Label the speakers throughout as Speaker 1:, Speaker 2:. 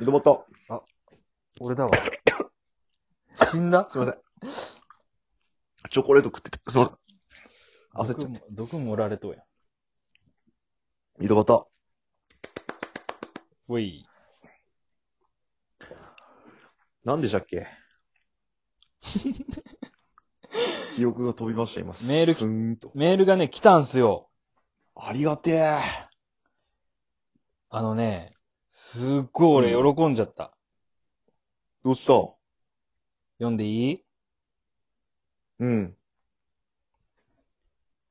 Speaker 1: 井戸端。
Speaker 2: 俺 だわ。死んだ
Speaker 1: すいません。チョコレート食ってて、すいません。焦っちゃ
Speaker 2: 毒
Speaker 1: っ
Speaker 2: も、毒盛られとうやん。
Speaker 1: た。井戸端。
Speaker 2: うい。
Speaker 1: 何でしたっ け記憶が飛びました、今。
Speaker 2: メールき
Speaker 1: すんと。
Speaker 2: メールがね、来たんすよ。
Speaker 1: ありがてえ。
Speaker 2: あのね、すっごい俺喜んじゃった。
Speaker 1: どうした
Speaker 2: 読んでいい
Speaker 1: うん。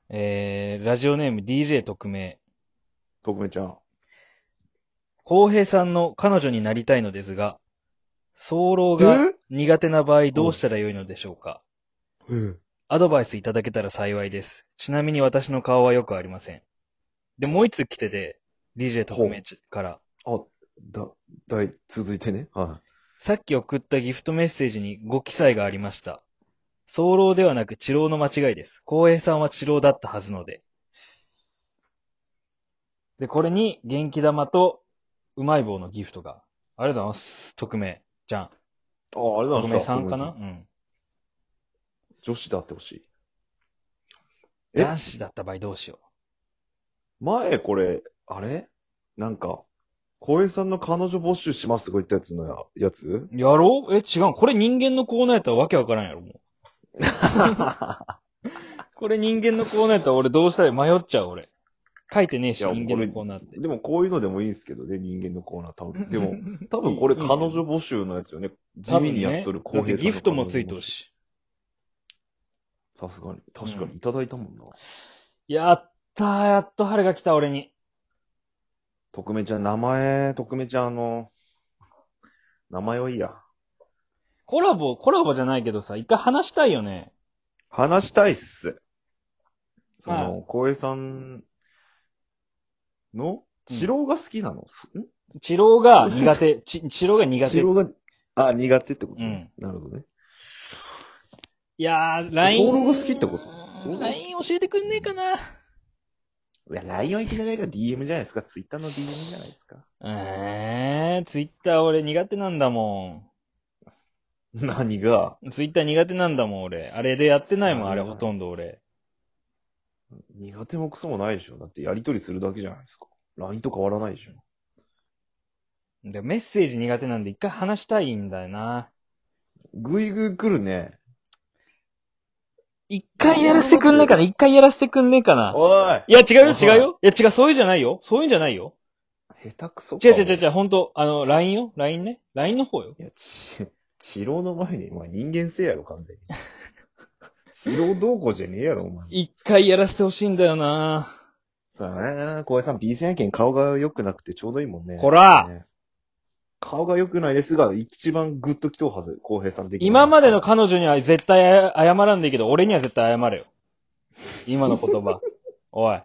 Speaker 2: えー、ラジオネーム DJ 特命。
Speaker 1: 徳目ちゃん。
Speaker 2: 浩平さんの彼女になりたいのですが、早漏が苦手な場合どうしたらよいのでしょうか
Speaker 1: うん。
Speaker 2: アドバイスいただけたら幸いです。ちなみに私の顔はよくありません。で、もう一つ来てて、DJ 特命から。
Speaker 1: あ、だ、だい、続いてね。は
Speaker 2: さっき送ったギフトメッセージにご記載がありました。早漏ではなく治療の間違いです。浩平さんは治療だったはずので。で、これに元気玉とうまい棒のギフトが。ありがとうございます。匿名ちゃ
Speaker 1: い。
Speaker 2: ん。
Speaker 1: あ、あれなん
Speaker 2: 匿名さんかなうん。
Speaker 1: 女子だってほしい。え
Speaker 2: 男子だった場合どうしよ
Speaker 1: 前これ、あれなんか、小江さんの彼女募集しますとか言ったやつのやや つ
Speaker 2: う。やろうえ、違うん。これ人間のコーナーやったらわけわからんやろ、もう。これ人間のコーナーやったら俺どうしたら迷っちゃう、俺。書いてねえし、
Speaker 1: いや
Speaker 2: 人間のコーナーって。
Speaker 1: でもこういうのでもいいんですけどね、人間のコーナー多分。 でも、多分これ彼女募集のやつよね。地味にやっとる
Speaker 2: 多
Speaker 1: 公
Speaker 2: 分ねだ
Speaker 1: 平
Speaker 2: って
Speaker 1: さんの彼女募集。
Speaker 2: ギフトもついてるし。
Speaker 1: さすがに。確か
Speaker 2: う
Speaker 1: にいただいたもんな。
Speaker 2: やったー、やっと春が来た、俺に。
Speaker 1: 特命ちゃん、名前、特命ちゃん、あの、名前はいいや。
Speaker 2: コラボ、コラボじゃないけどさ、一回話したいよね。
Speaker 1: 話したいっす。そ
Speaker 2: は
Speaker 1: の、小江さんの、治郎が好きなの、ん
Speaker 2: 治療が苦 手。ち治療が苦手
Speaker 1: 治。郎が、あ、苦手ってこと、
Speaker 2: うん
Speaker 1: なるほどね。
Speaker 2: いやー、LINE。
Speaker 1: 早漏が好きってことそう
Speaker 2: ?LINE 教えてくんねえかな。
Speaker 1: いや、LINE は行きじゃないか DM じゃないですか。Twitter の DM じゃないですか。
Speaker 2: えー、ツイッター俺苦手なんだも
Speaker 1: 何が
Speaker 2: ん。ツイッター苦手なんだもん、俺。あれでやってないもん、あれ
Speaker 1: はいはい
Speaker 2: ほとんど俺。
Speaker 1: 苦手もクソもないでしょ。だってやりとりするだけじゃないですか。LINE と変わらないでしょ。
Speaker 2: でメッセージ苦手なんで一回話したいんだよな。
Speaker 1: ぐいぐい来るね。
Speaker 2: 一回やらせてくんねえかな一回やらせてくんねえかな
Speaker 1: おい
Speaker 2: いや、違うよ、違うよ。いや、違う、そういうんじゃないよ。そういうんじゃないよ。
Speaker 1: 下手くそか
Speaker 2: 違う違う違う違う、ほんと、あの、LINE よ。LINE ね。LINE の方よ。
Speaker 1: いや、ち、治療の前に、まあ人間性やろ、完全に。 治療どうこうじゃねえやろ、お前。
Speaker 2: 一回やらせてほしいんだよな
Speaker 1: そうだね。小江さん、B 線やけん顔が良くなくてちょうどいいもんね。
Speaker 2: こら、
Speaker 1: ね顔が良くないですが、一番グッときとうはず、浩平さん的に。
Speaker 2: 今までの彼女には絶対あや謝らんでいいけど、俺には絶対謝れよ。今の言 葉。おい。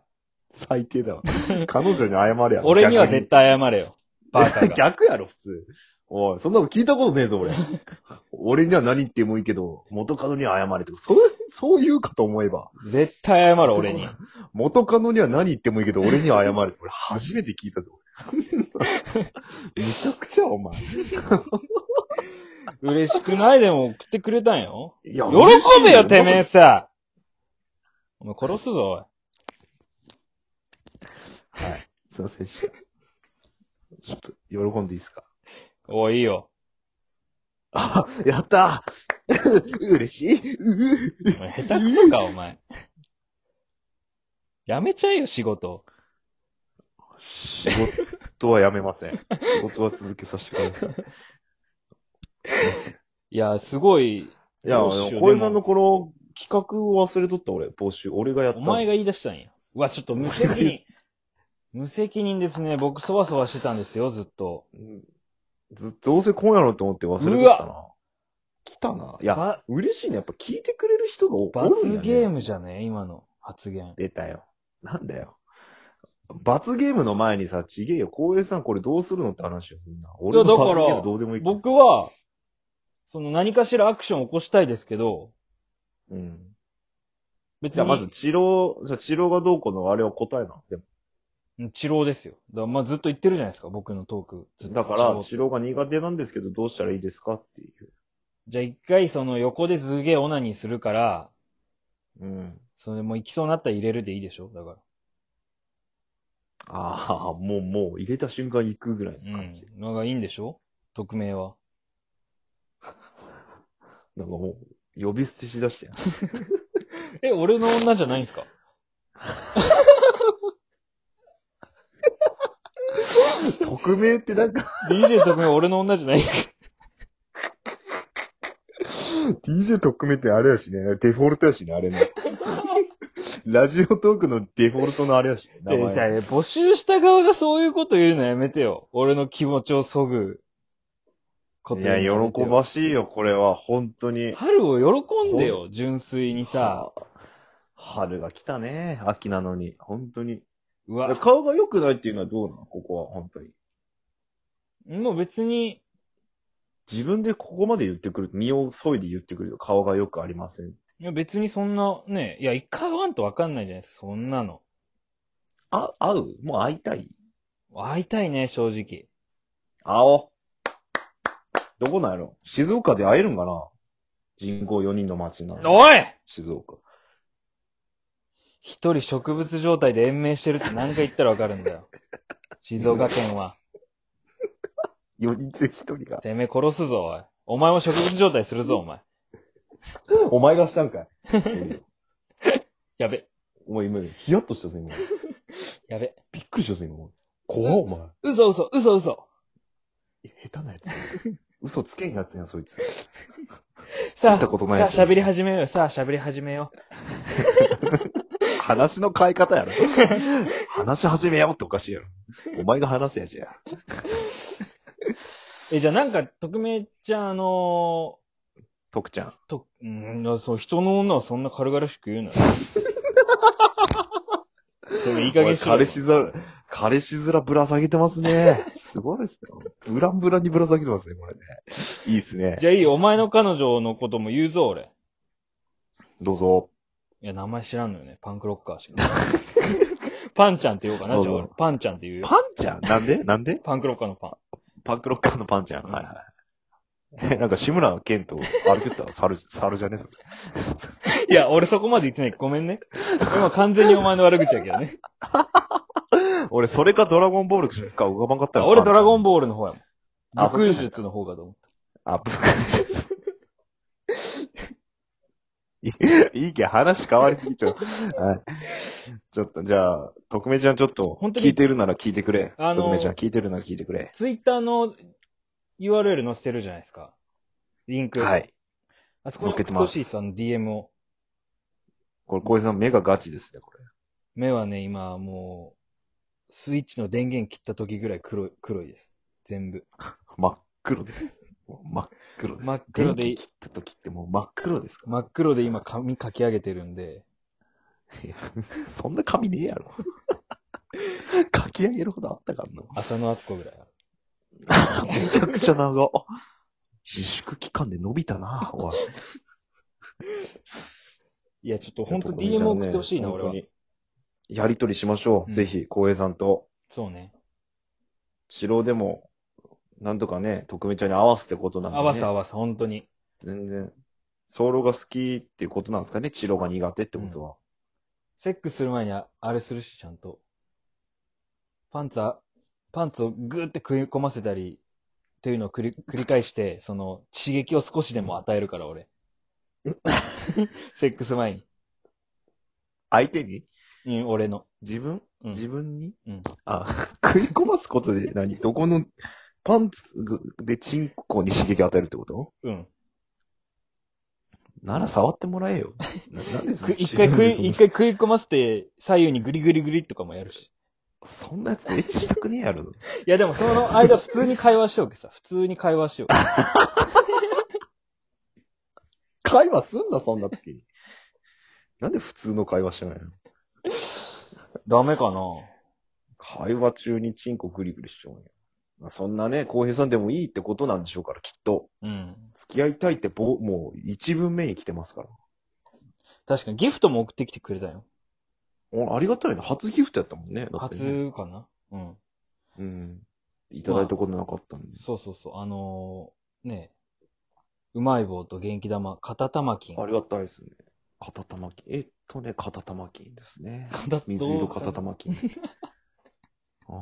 Speaker 1: 最低だわ。彼女に謝れやろ。
Speaker 2: 俺には絶対謝れよ。バ
Speaker 1: 逆に
Speaker 2: カ が。
Speaker 1: 逆やろ、普通。おい、そんなこと聞いたことねえぞ、俺。 俺には何言ってもいいけど、元カノには謝れとか、そう、そう言うかと思えば。
Speaker 2: 絶対謝れ、俺に。
Speaker 1: 元カノには何言ってもいいけど、俺には謝れって。俺初めて聞いたぞ。 俺めちゃくちゃ、お前。い
Speaker 2: 嬉しくないでも送ってくれたんよ。
Speaker 1: や
Speaker 2: 喜べよ、てめえ。さ。お前殺すぞ、おい。
Speaker 1: すいませんでした。ちょっと、喜んでいいですか
Speaker 2: おい、いいよ。
Speaker 1: あ、やったー 嬉しいう
Speaker 2: お前下手くそか、お前。やめちゃえよ、仕事。
Speaker 1: 仕事はやめません。仕事は続けさせてください。
Speaker 2: いや、すごい、
Speaker 1: いや、あの
Speaker 2: どうしようでも
Speaker 1: 小江さんのこの企画を忘れとった俺、募集。俺がやった
Speaker 2: お
Speaker 1: の。
Speaker 2: 前が言い出したんや。うわ、ちょっと無責任。 無責任ですね。僕、そわそわしてたんですよ、ずっと。
Speaker 1: うんず、どうせ今夜のと思って忘れとったな。来たな。いや、
Speaker 2: ば
Speaker 1: 嬉しいね。やっぱ聞いてくれる人がおおるん
Speaker 2: 罰
Speaker 1: やね
Speaker 2: ゲームじゃね今の発言。
Speaker 1: 出たよ。なんだよ。罰ゲームの前にさ、ちげえよ。光栄さんこれどうするのって話よ、みんな。俺の
Speaker 2: いやだか
Speaker 1: 罰
Speaker 2: ら
Speaker 1: ゲームどうでもいい。
Speaker 2: 僕は、その何かしらアクションを起こしたいですけど、
Speaker 1: うん。
Speaker 2: 別
Speaker 1: じゃあ
Speaker 2: に、
Speaker 1: まず、治療、じゃあ治療がどうこうのあれは答えなの。でも
Speaker 2: うん治療ですよ。だからまあずっと言ってるじゃないですか、僕のトーク。ずっと
Speaker 1: だか
Speaker 2: 治
Speaker 1: ら、
Speaker 2: 療
Speaker 1: 治療が苦手なんですけど、どうしたらいいですかっていう。
Speaker 2: じゃあ一回その横ですげえオナニーするから、
Speaker 1: うん。
Speaker 2: それもう行きそうになったら入れるでいいでしょだか
Speaker 1: ああ、もう、もう、入れた瞬間行くぐらい
Speaker 2: ら。
Speaker 1: の感じ。
Speaker 2: うん。のがいいんでしょ匿名は。
Speaker 1: なんかもう、呼び捨てしだしたよ。
Speaker 2: え、俺の女じゃないんすか
Speaker 1: 匿名ってなんか、
Speaker 2: ?DJ 特命俺の女じゃないんすか
Speaker 1: DJ 匿名ってあれやしね、デフォルトやしね、あれ ね。ラジオトークのデフォルトのあれやしね、
Speaker 2: じゃあ、じゃあ
Speaker 1: 名前
Speaker 2: 募集した側がそういうこと言うのやめてよ。俺の気持ちをそぐこと
Speaker 1: い
Speaker 2: 言うの
Speaker 1: や、
Speaker 2: やめて
Speaker 1: 喜
Speaker 2: よ
Speaker 1: ばしいよ、これは、本当に。
Speaker 2: 春を喜んでよ、純粋にさ。
Speaker 1: はあ、春が来たね、秋なのに、本当に。
Speaker 2: うわ、
Speaker 1: 顔が良くないっていうのはどうなのここは、本当に。
Speaker 2: もう別に、
Speaker 1: 自分でここまで言ってくる、身を削いで言ってくると顔が良くありません。
Speaker 2: いや別にそんな、ね、いや、一回会わんとわかんないじゃないですか、そんなの。
Speaker 1: あ、会うもう会いたい
Speaker 2: 会いたいね、正直。
Speaker 1: 会おう。どこなんやろ静岡で会えるんかな人口4人の町なの。
Speaker 2: おい
Speaker 1: 静岡。
Speaker 2: 一人植物状態で延命してるって何回言ったらわかるん だよ。静岡県は。
Speaker 1: 4人中1人が。
Speaker 2: てめえ殺すぞ、おい。お前も植物状態するぞ、お前。
Speaker 1: お前がしたんかい。
Speaker 2: やべ、
Speaker 1: お前今、ヒヤッとしたぞ、今。
Speaker 2: やべ。
Speaker 1: びっくりしたぞ、今。怖っ、お前。
Speaker 2: 嘘嘘、嘘嘘。
Speaker 1: 下手なやつ。嘘つけんやつやん、そいつ。
Speaker 2: さ
Speaker 1: 見たことない
Speaker 2: あ、
Speaker 1: やつ
Speaker 2: さあ喋り始めようよ、さあ喋り始めよ
Speaker 1: 話の変え方やろ。話し始めようっておかしいやろ。お前が話せやじゃ
Speaker 2: う。え、じゃあなんか、匿名ちゃん、あの
Speaker 1: 徳ちゃん
Speaker 2: ー。、と、うーん、そう、人の女はそんな軽々しく 言うなよ。でもいい加減しろよ
Speaker 1: 彼氏面、彼氏面ぶら下げてますね。すごいですよ。ブランブランにぶら下げてますね、これね。いいっすね
Speaker 2: じ。ゃあいいよ、お前の彼女のことも言うぞ、俺。
Speaker 1: どうぞ。
Speaker 2: いや、名前知らんのよね。パンクロッカー しか。パンちゃんって言おうかな、じゃあ
Speaker 1: どう
Speaker 2: 俺。
Speaker 1: ぞ
Speaker 2: パンちゃんって言うよ。
Speaker 1: パンちゃんなんで なんで
Speaker 2: パンクロッカーのパン。
Speaker 1: パンクロッカーのパンちゃん。はいはい。え、なんか志村けんと歩けたら猿、猿じゃねそれ。
Speaker 2: いや、俺そこまで言ってない。ごめんね。今完全にお前の悪口やけど ね。
Speaker 1: 俺、それかドラゴンボールしか浮かばんかった
Speaker 2: あ俺ドラゴン
Speaker 1: ボール。
Speaker 2: ボールの方やもん。
Speaker 1: あ
Speaker 2: 武空術の方かと思っ
Speaker 1: あ、武いいいけん、話変わりすぎちゃう。はい。ちょっと、じゃあ、特命ちゃんちょっと、
Speaker 2: 本当に
Speaker 1: 聞いてるなら聞いてくれ。
Speaker 2: あのー
Speaker 1: 特命ちゃん聞いてるなら聞いてくれ
Speaker 2: た。。ツイッターの URL 載せてるじゃないですか。リンク。
Speaker 1: はい。。
Speaker 2: あそこに
Speaker 1: 載っけて
Speaker 2: ト
Speaker 1: ます
Speaker 2: シーさんの DM を。
Speaker 1: これ、小江さん目がガチですね、これ。
Speaker 2: 目はね、今もう、スイッチの電源切った時ぐらい黒い、黒いです。全部。
Speaker 1: 真っ黒です。もう真っ黒です。
Speaker 2: 真っ黒で
Speaker 1: 電気切った時ってもう真っ黒ですか
Speaker 2: 真っ黒で今髪かき上げてるんで。
Speaker 1: いやそんな髪ねえや ろ。書き上げるほどあったかんの。
Speaker 2: 浅野敦子ぐらい。
Speaker 1: めちゃくちゃ長。自粛期間で伸びたな、おい。
Speaker 2: いや、ちょっと本当 DM 送ってほしいな、俺は
Speaker 1: 本当。に。やりとりしましょう。
Speaker 2: うん
Speaker 1: ぜひ、光栄さんと、
Speaker 2: そうね。
Speaker 1: 城でも、なんとかね、特命ちゃんに合わすってことなんで、ね。
Speaker 2: 合わせ合わせ、本当に。
Speaker 1: 全然。ソロが好きっていうことなんですかね、チロが苦手ってことは。
Speaker 2: セックスする前にああれするし、ちゃんと。パンツは、パンツをグーって食い込ませたり、っていうのを繰り繰り返して、その、刺激を少しでも与えるから、俺。 セックス前に。
Speaker 1: 相手に
Speaker 2: うん、俺の。
Speaker 1: 自分、
Speaker 2: うん
Speaker 1: 自分に、
Speaker 2: うん
Speaker 1: あ、 食い込ますことで何どこの、パンツでチンコに刺激与えるってこと
Speaker 2: うん。
Speaker 1: なら触ってもらえよ。ななんでそん
Speaker 2: く
Speaker 1: な
Speaker 2: 一回食い、
Speaker 1: そんな
Speaker 2: 一回食い込ませて、左右にグリグリグリとかもやるし。
Speaker 1: そんなやつエッチしたくねえやろ。
Speaker 2: いや、でもその間普通に会話しようけさ。普通に会話しよう。
Speaker 1: 会話すんな、そんな時に。なんで普通の会話してないの
Speaker 2: ダメかな
Speaker 1: 会話中にチンコグリグリしちゃうんや。まあ、そんなね、浩平さんでもいいってことなんでしょうから、きっと。
Speaker 2: うん。
Speaker 1: 付き合いたいってぼ、もう一文目に来てますから。
Speaker 2: 確かにギフトも送ってきてくれたよ。
Speaker 1: おありがたいな。初ギフトやったもんね。だってね。
Speaker 2: 初かなうん。
Speaker 1: うん。いただいたことなかったんで。
Speaker 2: そうそうそう。あのーねえうまい棒と元気玉、片玉金。
Speaker 1: ありがたいですね。片玉金。えっとね、片玉金ですね。
Speaker 2: 片
Speaker 1: 水色片玉金。 あ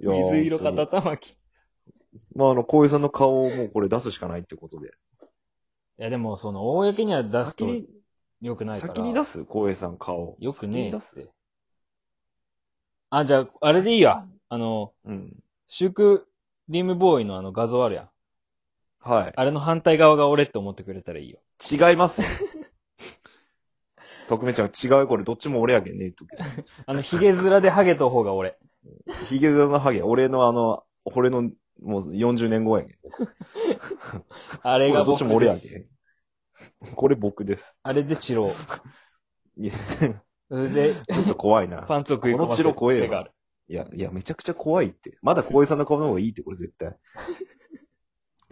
Speaker 1: ーいやー
Speaker 2: 水色
Speaker 1: 本当
Speaker 2: 片
Speaker 1: に
Speaker 2: 玉金。
Speaker 1: まあ、あの、光栄さんの顔をもうこれ出すしかないってことで。
Speaker 2: いや、でも、その、公には出す
Speaker 1: 先
Speaker 2: と
Speaker 1: に、
Speaker 2: 良くないから。
Speaker 1: 先に出す光栄さん顔。
Speaker 2: よくねえ
Speaker 1: 先に出
Speaker 2: っ
Speaker 1: す
Speaker 2: て。あ、じゃあ、あれでいいや。あの、
Speaker 1: うん。
Speaker 2: シュークリームボーイのあの画像あるやん。
Speaker 1: はい。
Speaker 2: あれの反対側が俺って思ってくれたらいいよ。
Speaker 1: 違い ますよ。特命ちゃん、違うこれ、どっちも俺やけんね、言っとくけど。
Speaker 2: あの、髭面でハゲた方が俺。
Speaker 1: ヒゲ座のハゲ、俺のあの、俺の、もう40年後やけん。
Speaker 2: あれが
Speaker 1: どっ
Speaker 2: 僕
Speaker 1: ちも俺
Speaker 2: で
Speaker 1: や
Speaker 2: す。
Speaker 1: けん。これ僕です。
Speaker 2: あれでチロー。
Speaker 1: いや、
Speaker 2: それで、
Speaker 1: ちょっと怖い な。
Speaker 2: パンツを食い込ませる癖がある。
Speaker 1: いや、いや、めちゃくちゃ怖いって。まだ小江さんの顔の方がいいって、これ絶 対。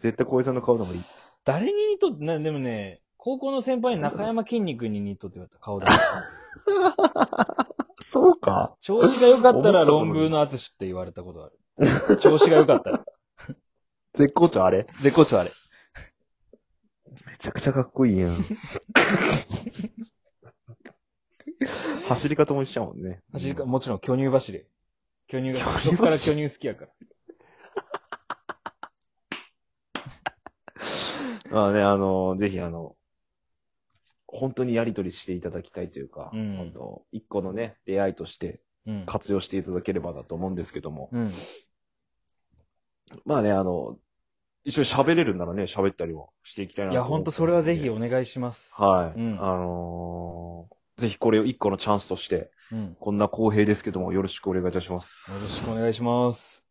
Speaker 1: 絶対小江さんの顔の方がいい。
Speaker 2: 誰に似とって、なでもね、高校の先輩に中山筋肉に似とって言われた顔だ。
Speaker 1: そうか。
Speaker 2: 調子が良か
Speaker 1: 思
Speaker 2: ったら
Speaker 1: ったことない
Speaker 2: 論文の淳って言われたこ とある。調子が良かったら。
Speaker 1: 絶好調あれ
Speaker 2: 絶好調あれ。
Speaker 1: めちゃくちゃかっこいいや ん。走り方も一緒やもんね。
Speaker 2: 走りか、もちろん巨乳走り。巨乳が、
Speaker 1: 巨乳走り
Speaker 2: そっから巨乳好きやから。
Speaker 1: まあね、あの、ぜひあの、本当にやりとりしていただきたいというか、
Speaker 2: うん
Speaker 1: 本当一個のね、出会いとして
Speaker 2: うん。
Speaker 1: 活用していただければだと思うんですけども。
Speaker 2: うん。
Speaker 1: まあね、あの、一緒に喋れるならね、喋ったりもしていきたいないと
Speaker 2: や、
Speaker 1: 思
Speaker 2: ほ
Speaker 1: っ
Speaker 2: ん
Speaker 1: てま
Speaker 2: と
Speaker 1: す
Speaker 2: そ
Speaker 1: の
Speaker 2: れ
Speaker 1: で
Speaker 2: はぜひお願いします。
Speaker 1: はい。
Speaker 2: うん
Speaker 1: あのーぜひこれを一個のチャンスとして、
Speaker 2: うん。よ
Speaker 1: こんな公平ですけども、よろしくお願いいたします。
Speaker 2: ろしくお願いします。